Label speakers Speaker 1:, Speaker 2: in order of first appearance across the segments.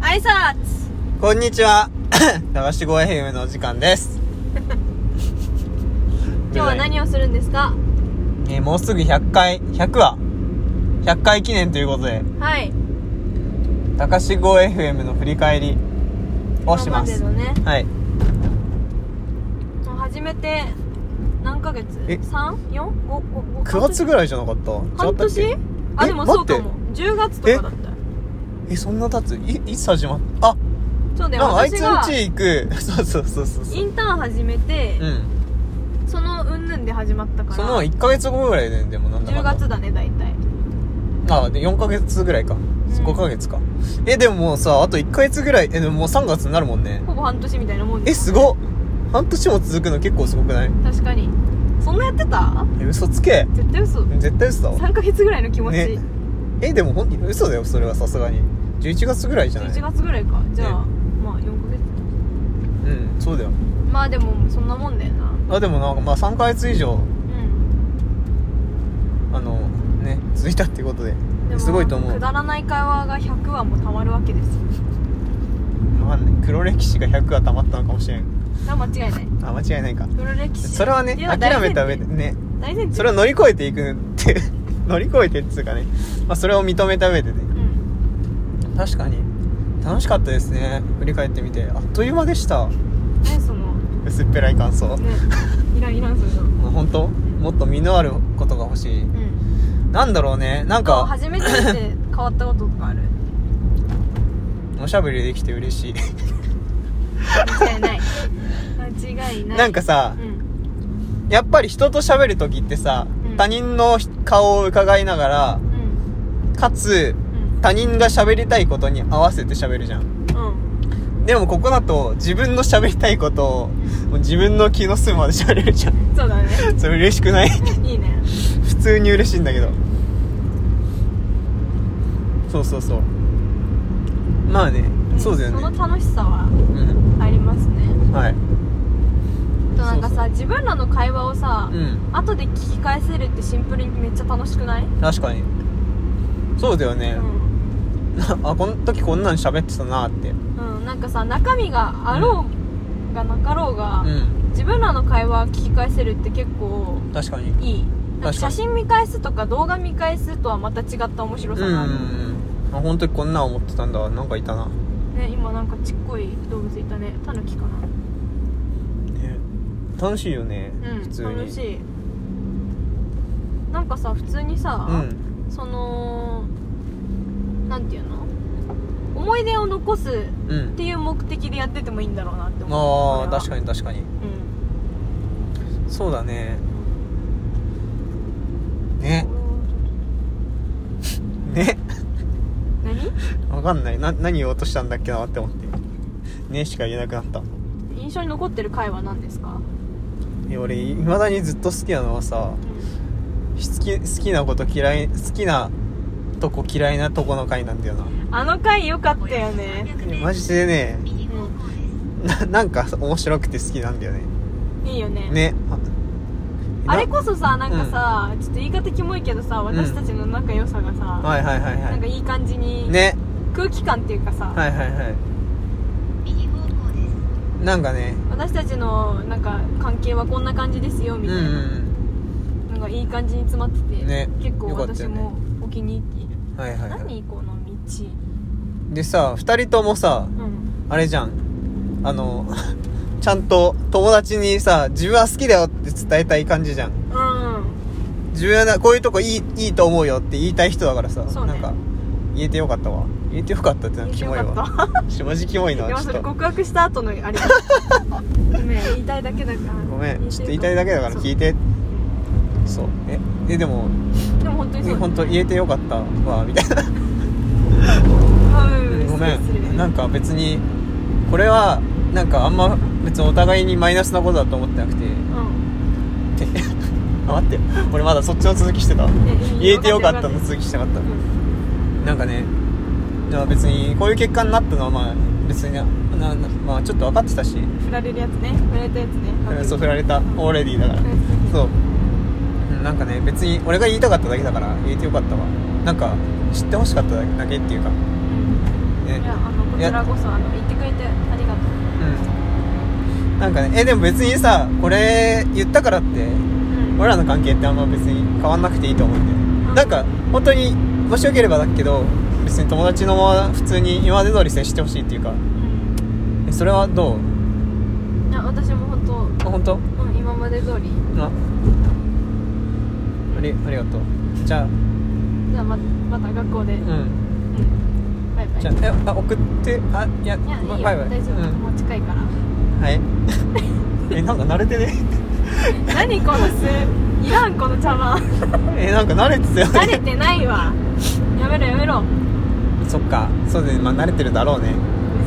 Speaker 1: 挨拶
Speaker 2: こんにちは 流し声 FM のお時間です
Speaker 1: 今日は何
Speaker 2: を、
Speaker 1: をするんですか
Speaker 2: えーもうすぐ100回100話100回記念ということで
Speaker 1: はい
Speaker 2: 高志号 FM の振り返りをします
Speaker 1: 今までのね
Speaker 2: はい
Speaker 1: もう始めて何ヶ月
Speaker 2: え
Speaker 1: ?3?4?5?5?
Speaker 2: 9月ぐらいじゃなかった
Speaker 1: 半
Speaker 2: 違ったっ
Speaker 1: 年あでもそうかも
Speaker 2: 待
Speaker 1: 10月とかだったよ
Speaker 2: けえそんな経ついいつ始まったあ
Speaker 1: そうだよ
Speaker 2: なんかあい
Speaker 1: 私
Speaker 2: つ
Speaker 1: が
Speaker 2: んち行く そうそうそうそうそ
Speaker 1: イ
Speaker 2: う
Speaker 1: ンターン始めて、
Speaker 2: うん
Speaker 1: そのうんぬんで始まったから
Speaker 2: その1ヶ月後ぐらいででもなんだか
Speaker 1: 10
Speaker 2: んだ
Speaker 1: 月だね大体
Speaker 2: あで4ヶ月ぐらいか5ヶ月か、えでももうさあと1ヶ月ぐらいえでももう3月になるもんね
Speaker 1: ほぼ半年みたいなもん
Speaker 2: え
Speaker 1: ですすもん
Speaker 2: ごっ半年も続くの結構すごくない
Speaker 1: 確かにそんなやってた
Speaker 2: え嘘つけ
Speaker 1: 絶対嘘
Speaker 2: 絶対嘘だわ
Speaker 1: 3ヶ月ぐらいの気持ち、
Speaker 2: ねえでもほん嘘だよそれはさすがに11月ぐらいじゃない
Speaker 1: 11月ぐらいかじゃあ、まあ4ヶ月
Speaker 2: うんそうだよ
Speaker 1: まあでもそんなもんだよな
Speaker 2: あでもなんかまあ3ヶ月以上
Speaker 1: うん
Speaker 2: あのね続いたっていうことで
Speaker 1: でも
Speaker 2: すごいと思う
Speaker 1: くだらない会話が100話もたまるわけですよ
Speaker 2: わかんない黒歴史が100が溜まったのかもしれん
Speaker 1: それは間違いない
Speaker 2: あ間違いないか
Speaker 1: 黒歴史
Speaker 2: それはね
Speaker 1: っていうの
Speaker 2: 諦めた上で
Speaker 1: 大前
Speaker 2: ね
Speaker 1: 提大前提
Speaker 2: それを乗り越えていくって 乗り越えてっつうかね、まあ、それを認めた上でね
Speaker 1: うん
Speaker 2: 確かに楽しかったですね振り返ってみてあっという間でした
Speaker 1: ねその
Speaker 2: 薄っぺらい感想、
Speaker 1: ねいらんいらんそれじゃうん
Speaker 2: まあ、本当もっと実のあることが欲しいなんだろうねなん
Speaker 1: なんか
Speaker 2: か
Speaker 1: 初めて見て変わったこととかある
Speaker 2: おしゃべりできて嬉しい
Speaker 1: 間違いない間違いない
Speaker 2: なんかさ
Speaker 1: うん
Speaker 2: やっぱり人と喋る時ってさ、
Speaker 1: うん
Speaker 2: 他人の顔を伺いなが
Speaker 1: う
Speaker 2: ら
Speaker 1: ん
Speaker 2: かつ
Speaker 1: うん
Speaker 2: 他人が喋りたいことに合わせて喋るじゃん
Speaker 1: うん
Speaker 2: でもここだと自分の喋りたいことをもう自分の気の済むまで喋れるじゃん
Speaker 1: そうだね
Speaker 2: それ嬉しくない
Speaker 1: いいね
Speaker 2: 普通に嬉しいんだけどそうそうそうまあねそうだよ
Speaker 1: そ
Speaker 2: ね
Speaker 1: の楽しさは
Speaker 2: うん
Speaker 1: ありますね
Speaker 2: はい
Speaker 1: あとなんかさ
Speaker 2: そうそう
Speaker 1: 自分らの会話をさ、
Speaker 2: うん
Speaker 1: 後で聞き返せるってシンプルにめっちゃ楽しくない、
Speaker 2: 確かにそうだよ
Speaker 1: う
Speaker 2: ね、
Speaker 1: ん
Speaker 2: あこの時こんなん喋ってたなって
Speaker 1: うん、なんかさ中身があろうがなかろうが、
Speaker 2: うん
Speaker 1: 自分らの会話聞き返せるって結構
Speaker 2: 確かに
Speaker 1: いいなんか
Speaker 2: 確か
Speaker 1: 写
Speaker 2: に
Speaker 1: 真見返すとか動画見返すとはまた違った面白
Speaker 2: うん
Speaker 1: さ
Speaker 2: うん
Speaker 1: がある、
Speaker 2: うんあ本当にこんなん思ってたんだなんかいたな、ね、
Speaker 1: ね、今なんかちっこい動物いたねタヌキかな
Speaker 2: 楽しいよね、
Speaker 1: うん
Speaker 2: 普通に
Speaker 1: 楽しいなんかさ普通にさ、
Speaker 2: うん
Speaker 1: そのなんていうの思い出を残す
Speaker 2: う
Speaker 1: っ
Speaker 2: ん
Speaker 1: ていう目的でやっててもいいんだろうなって思
Speaker 2: あ
Speaker 1: う
Speaker 2: あ確か
Speaker 1: に、
Speaker 2: に確かに
Speaker 1: うん
Speaker 2: そうだねねね
Speaker 1: 何
Speaker 2: わかんないな何言おうとしたんだっけなって思ってねしか言えなくなった
Speaker 1: 印象に残ってる回は何ですか、
Speaker 2: いや俺いまだにずっと好きなのはさ
Speaker 1: うん、
Speaker 2: 好き好きなこと嫌い好きなとこ嫌いなとこの回なんだよな
Speaker 1: あの回良かったよね、
Speaker 2: マジでね
Speaker 1: う
Speaker 2: ななんか面白くて好きなんだよね
Speaker 1: ん、いいよね
Speaker 2: ねあ
Speaker 1: あれ
Speaker 2: な
Speaker 1: こそさなんかさ、ちょっと言い方キモいけどさ私たちの仲良さがさ、
Speaker 2: はいはいはいは
Speaker 1: なんか
Speaker 2: い
Speaker 1: いい感じに、
Speaker 2: ね
Speaker 1: 空気感っていうかさ、
Speaker 2: はいはいはいなんかね
Speaker 1: 私たちのなんか関係はこんな感じですよ
Speaker 2: う
Speaker 1: み
Speaker 2: ん
Speaker 1: たいな、
Speaker 2: うん
Speaker 1: なんかいい感じに詰まってて、
Speaker 2: ね
Speaker 1: 結構
Speaker 2: よかった
Speaker 1: 私
Speaker 2: よね
Speaker 1: もお気に入っている、
Speaker 2: うんはいはい、は
Speaker 1: 何この道
Speaker 2: い、でさ2人ともさ
Speaker 1: うん
Speaker 2: あれじゃんあの ちゃんと友達にさ自分は好きだよって伝えたい感じじゃん
Speaker 1: う
Speaker 2: 自分はなこういうとこいいいいと思うよって言いたい人だからさ、
Speaker 1: そうね
Speaker 2: なんか言えてよかったわ言えてよかったってなん
Speaker 1: ん
Speaker 2: かキモい
Speaker 1: よ
Speaker 2: わ
Speaker 1: かった
Speaker 2: 正直キモい
Speaker 1: で
Speaker 2: な
Speaker 1: も
Speaker 2: ちょ
Speaker 1: そ
Speaker 2: っ
Speaker 1: れ
Speaker 2: と
Speaker 1: 告白した後のあれごめん言いたいだけだから
Speaker 2: ごめんちょっと言いたいだけだから聞いてそうええでも
Speaker 1: そうでも本当にそうだね
Speaker 2: 本当言えてよかったわみたいな
Speaker 1: うん
Speaker 2: ごめ
Speaker 1: 失礼失
Speaker 2: ん
Speaker 1: 礼
Speaker 2: なんか別にこれはなんかあんま別にお互いにマイナスなことだと思ってなくて
Speaker 1: うん
Speaker 2: てあ待って俺まだそっちの続きしてた
Speaker 1: いい
Speaker 2: 言えてよかった
Speaker 1: わか
Speaker 2: の
Speaker 1: った
Speaker 2: 続きしてなかっ
Speaker 1: うん
Speaker 2: たなんかねいや別にこういう結果になったのはまあ別になななまあちょっと分かってたし
Speaker 1: 振られるやつね振られたやつね
Speaker 2: そう振られたオーレディーだからそううんなんかね別に俺が言いたかっただけだから言えてよかったわなんか知ってほしかっただけっていうか
Speaker 1: うんい
Speaker 2: ね
Speaker 1: やあのこ
Speaker 2: い
Speaker 1: こち
Speaker 2: や
Speaker 1: らこそあの言ってくれてありがとう
Speaker 2: うんなんかねえでも別にさこれ言ったからって
Speaker 1: うん
Speaker 2: 俺らの関係ってあんま別に変わんなくていいと思うんだよ
Speaker 1: うん
Speaker 2: なんか本当にもしよければだけど別に友達のまま普通に今まで通り接してほしいっていうか
Speaker 1: うん
Speaker 2: えそれはどう
Speaker 1: いや私も本当、
Speaker 2: あ本当
Speaker 1: うん、今まで通り
Speaker 2: なありありがとうじゃあ
Speaker 1: じゃあままた学校で、う
Speaker 2: うんん
Speaker 1: バイバイ
Speaker 2: じゃあえあ送ってあいや
Speaker 1: いやいいよ
Speaker 2: ばバイバ
Speaker 1: 大
Speaker 2: イ
Speaker 1: 丈夫、
Speaker 2: うん
Speaker 1: もう近いから
Speaker 2: はい えなんか慣れてね
Speaker 1: 何この酢いらんこの茶 番
Speaker 2: えなんか慣れてたよね
Speaker 1: 慣れてないわやめろやめろう
Speaker 2: そっかそうだねまあ慣れてるだろうね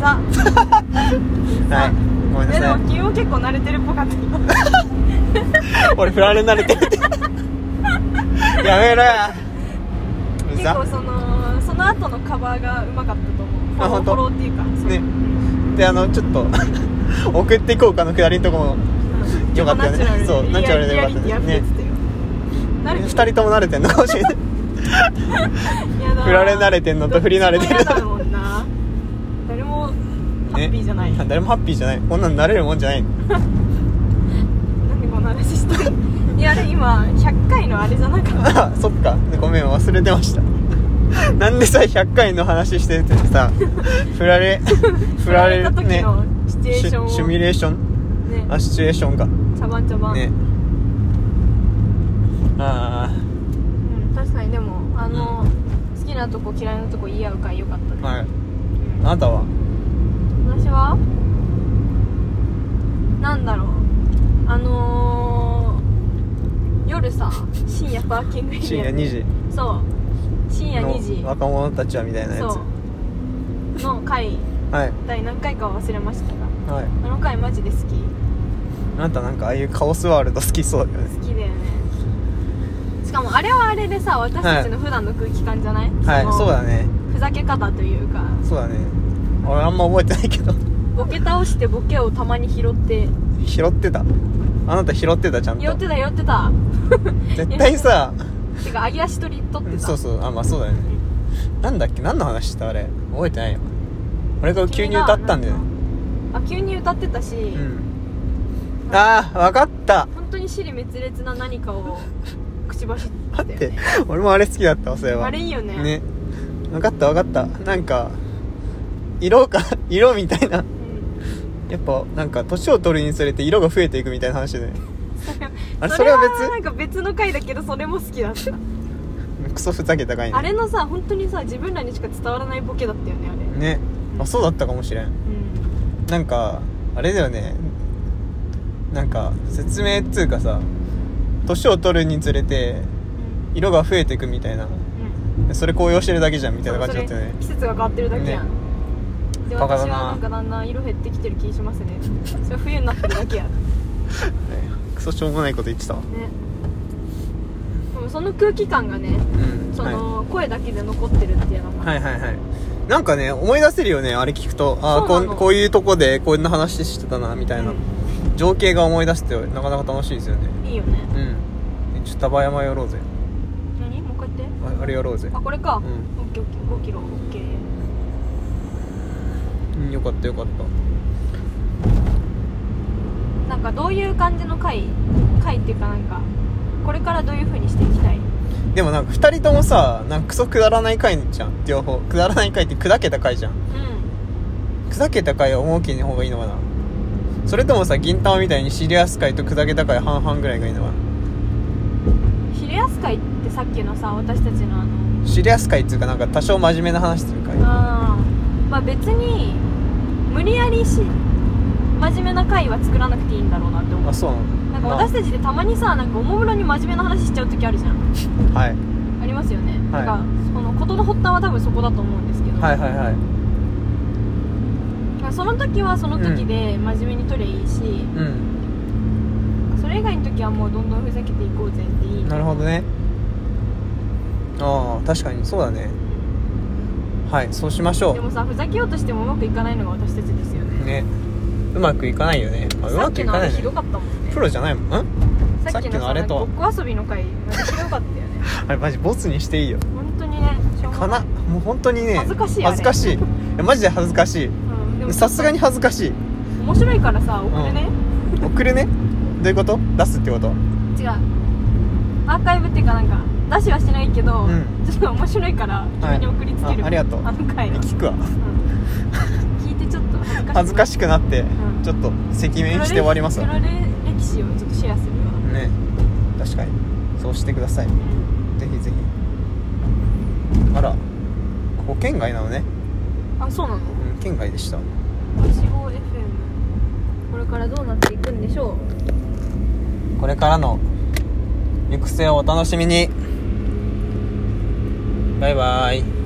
Speaker 1: ざ
Speaker 2: はいごめん
Speaker 1: えで
Speaker 2: な
Speaker 1: も
Speaker 2: さい
Speaker 1: 君も結構慣れてるっぽかったけど
Speaker 2: 俺振られ慣れてるってやめろやう
Speaker 1: 結
Speaker 2: ざ
Speaker 1: 構そのその後のカバーがうまかったと思う
Speaker 2: あ本当
Speaker 1: フォローっていうかそう
Speaker 2: ね
Speaker 1: うん
Speaker 2: であのちょっと 送っていこうかのくだりのとこも
Speaker 1: うん
Speaker 2: よかったよね
Speaker 1: ナチュラルで
Speaker 2: そうナチュラルでよかったね
Speaker 1: リアリティやっててよ慣れ
Speaker 2: 2
Speaker 1: て
Speaker 2: 人とも慣れてんのかもし れない
Speaker 1: やだ
Speaker 2: 振られ慣れてんのと振り慣れてる
Speaker 1: どっちも嫌だもんな誰もハッピーじゃない、
Speaker 2: ね誰もハッピーじゃないこんなの慣れるもんじゃない
Speaker 1: なんでこんな話してんのいやあれ今100回のあれじゃなかった
Speaker 2: あそっかごめん忘れてました なんでさ100回の話してて さ振られ 振られ
Speaker 1: 振た時
Speaker 2: ね
Speaker 1: のシチュエー
Speaker 2: シ
Speaker 1: ション
Speaker 2: ュシミュ
Speaker 1: を
Speaker 2: レーション
Speaker 1: ね
Speaker 2: あシチュエーションが
Speaker 1: 茶番茶番、
Speaker 2: ねあ
Speaker 1: うん、確かにでもあの、好きなとこ嫌いなとこ言い合うからよかったね、
Speaker 2: あはいあなたは
Speaker 1: 私はなんだろうあのー、夜さ深夜パーキングエリア
Speaker 2: 深夜2時
Speaker 1: そう深夜2時
Speaker 2: の若者たちはみたいなやつ
Speaker 1: そうの回
Speaker 2: はい
Speaker 1: 第何回かは忘れましたが
Speaker 2: はい
Speaker 1: あの回マジで好き
Speaker 2: あなたなんかああいうカオスワールド好きそうだよね
Speaker 1: 好きだよねしかもあれはあれでさ私たちの普段の空気感じゃない、
Speaker 2: はい
Speaker 1: の
Speaker 2: そうだね
Speaker 1: ふざけ方というか
Speaker 2: そうだね俺あんま覚えてないけど
Speaker 1: ボケ倒してボケをたまに拾って
Speaker 2: 拾ってたあなた拾ってたちゃんと
Speaker 1: 拾ってた拾ってた
Speaker 2: 絶対さ
Speaker 1: てか揚げ足取り取ってた
Speaker 2: そうそうあまあそうだよねなんだっけ何の話したあれ覚えてないよ俺が急に歌ったんだよね
Speaker 1: あ急に歌ってたし、
Speaker 2: うんああ分かった
Speaker 1: 本当に尻滅裂な何かを口走ってたよ
Speaker 2: 待 って
Speaker 1: ね
Speaker 2: 俺もあれ好きだったわそれは
Speaker 1: あれいいよね
Speaker 2: ね分かった分かったなんか色か 色みたいなやっぱなんか年を取るにつれて色が増えていくみたいな話で、ね、あ
Speaker 1: うん
Speaker 2: れそれは別
Speaker 1: なんか別の回だけどそれも好きだ った
Speaker 2: クソふざけたかいね
Speaker 1: あれのさ本当にさ自分らにしか伝わらないボケだったよねあれ
Speaker 2: ねあそうだったかもしれん
Speaker 1: うん
Speaker 2: なんかあれだよねなんか説明っつうかさ年を取るにつれて色が増えていくみたいな
Speaker 1: うん
Speaker 2: それ高揚してるだけじゃんみたいな
Speaker 1: そう
Speaker 2: 感
Speaker 1: そ
Speaker 2: じだ
Speaker 1: れ
Speaker 2: ったよね
Speaker 1: 季節が変わってるだけや
Speaker 2: ね
Speaker 1: んで
Speaker 2: バカ
Speaker 1: 私
Speaker 2: だ
Speaker 1: は
Speaker 2: な
Speaker 1: なんかだんだん色減ってきてる気しますねそれ冬になってるだけやね
Speaker 2: クソしょうもないこと言ってたわ
Speaker 1: でもその空気感がね
Speaker 2: うん
Speaker 1: その声だけで残ってるっていうのが
Speaker 2: はい、はいはいはいなんかね思い出せるよねあれ聞くとああ
Speaker 1: そ
Speaker 2: こ
Speaker 1: うなんの
Speaker 2: こういうとこでこんな話してたなみたいな、
Speaker 1: う
Speaker 2: 情景が思い出してなかなか楽しいですよね
Speaker 1: んいいよね
Speaker 2: うんちょっと丹波山寄ろうぜ
Speaker 1: 何もう一回やって
Speaker 2: ああれ寄ろうぜ
Speaker 1: あこれか、
Speaker 2: うん
Speaker 1: オッケーオッケー5キロオッケー
Speaker 2: うんよかったよかった
Speaker 1: なんかどういう感じの回回っていうかなんかこれからどういう風にしていきたい
Speaker 2: でもなんか2人ともさなんかクソくだらない回じゃん両方くだらない回って砕けた回じゃん
Speaker 1: う
Speaker 2: 砕けた回は重きの方がいいのかなそれともさ銀玉みたいにシリアス回と砕けた回半々ぐらいがいいのか
Speaker 1: ん昼安会ってさっきのさ私たちのあの
Speaker 2: なシリアス回っていうかなんか多少真面目な話する回
Speaker 1: あーまあ別に無理やりし真面目な回は作らなくていいんだろうなって思
Speaker 2: あ
Speaker 1: う
Speaker 2: そう
Speaker 1: な
Speaker 2: な
Speaker 1: ん
Speaker 2: の
Speaker 1: か私たちでたまにさなんかおもむろに真面目な話しちゃう時あるじゃん
Speaker 2: なはい
Speaker 1: ありますよね、
Speaker 2: はい
Speaker 1: なんかその事の発端は多分そこだと思うんですけど、
Speaker 2: はいはいはい
Speaker 1: なんかその時はその時で真面目に取りゃいいし、
Speaker 2: うん
Speaker 1: それ以外の時はもうどんどんふざけていこうぜっていい
Speaker 2: なるほどねああ確かにそうだねはいそうしましょ
Speaker 1: でもさふざけようとしてもうまくいかないのが私たちですよ
Speaker 2: う
Speaker 1: ね
Speaker 2: ねうまくいかないよね、まあ、う
Speaker 1: さっ
Speaker 2: まく
Speaker 1: き
Speaker 2: い
Speaker 1: の
Speaker 2: か
Speaker 1: あ
Speaker 2: な
Speaker 1: れ
Speaker 2: い
Speaker 1: ひど
Speaker 2: ね
Speaker 1: かったもんね
Speaker 2: プロじゃないも
Speaker 1: さ
Speaker 2: んん
Speaker 1: っきの
Speaker 2: さっきのあれとは
Speaker 1: そのごっこ遊びの回またひどかっ たよね
Speaker 2: あれマジボツにしていいよ
Speaker 1: 本当にねしょう
Speaker 2: か
Speaker 1: が
Speaker 2: な
Speaker 1: ない
Speaker 2: もう本当にね
Speaker 1: 恥ずかしいあれ
Speaker 2: 恥ずかしいいやマジで恥ずかし
Speaker 1: うんでも
Speaker 2: いさすがに恥ずかしい
Speaker 1: 面白いからさ送るね、
Speaker 2: 送るねどういうこと出すってこと
Speaker 1: 違うアーカイブっていうかなんか出しはしないけど、
Speaker 2: うん
Speaker 1: ちょっと面白いから君に送りつける、
Speaker 2: あありがとう
Speaker 1: あの回は、
Speaker 2: 聞くわ
Speaker 1: うん、聞いてちょっと恥ずかしく
Speaker 2: 恥ずかしくなって
Speaker 1: うん
Speaker 2: ちょっと赤面して終わりますわ
Speaker 1: 黒
Speaker 2: ね
Speaker 1: 歴史をちょっとシェアするわ、
Speaker 2: 確かにそうしてくださいぜひぜひあらここ県外なのね、
Speaker 1: あそうなの
Speaker 2: うん、県外でした
Speaker 1: 1 5 FM これからどうなっていくんでしょ
Speaker 2: これからの行く末をお楽しみにバイバイ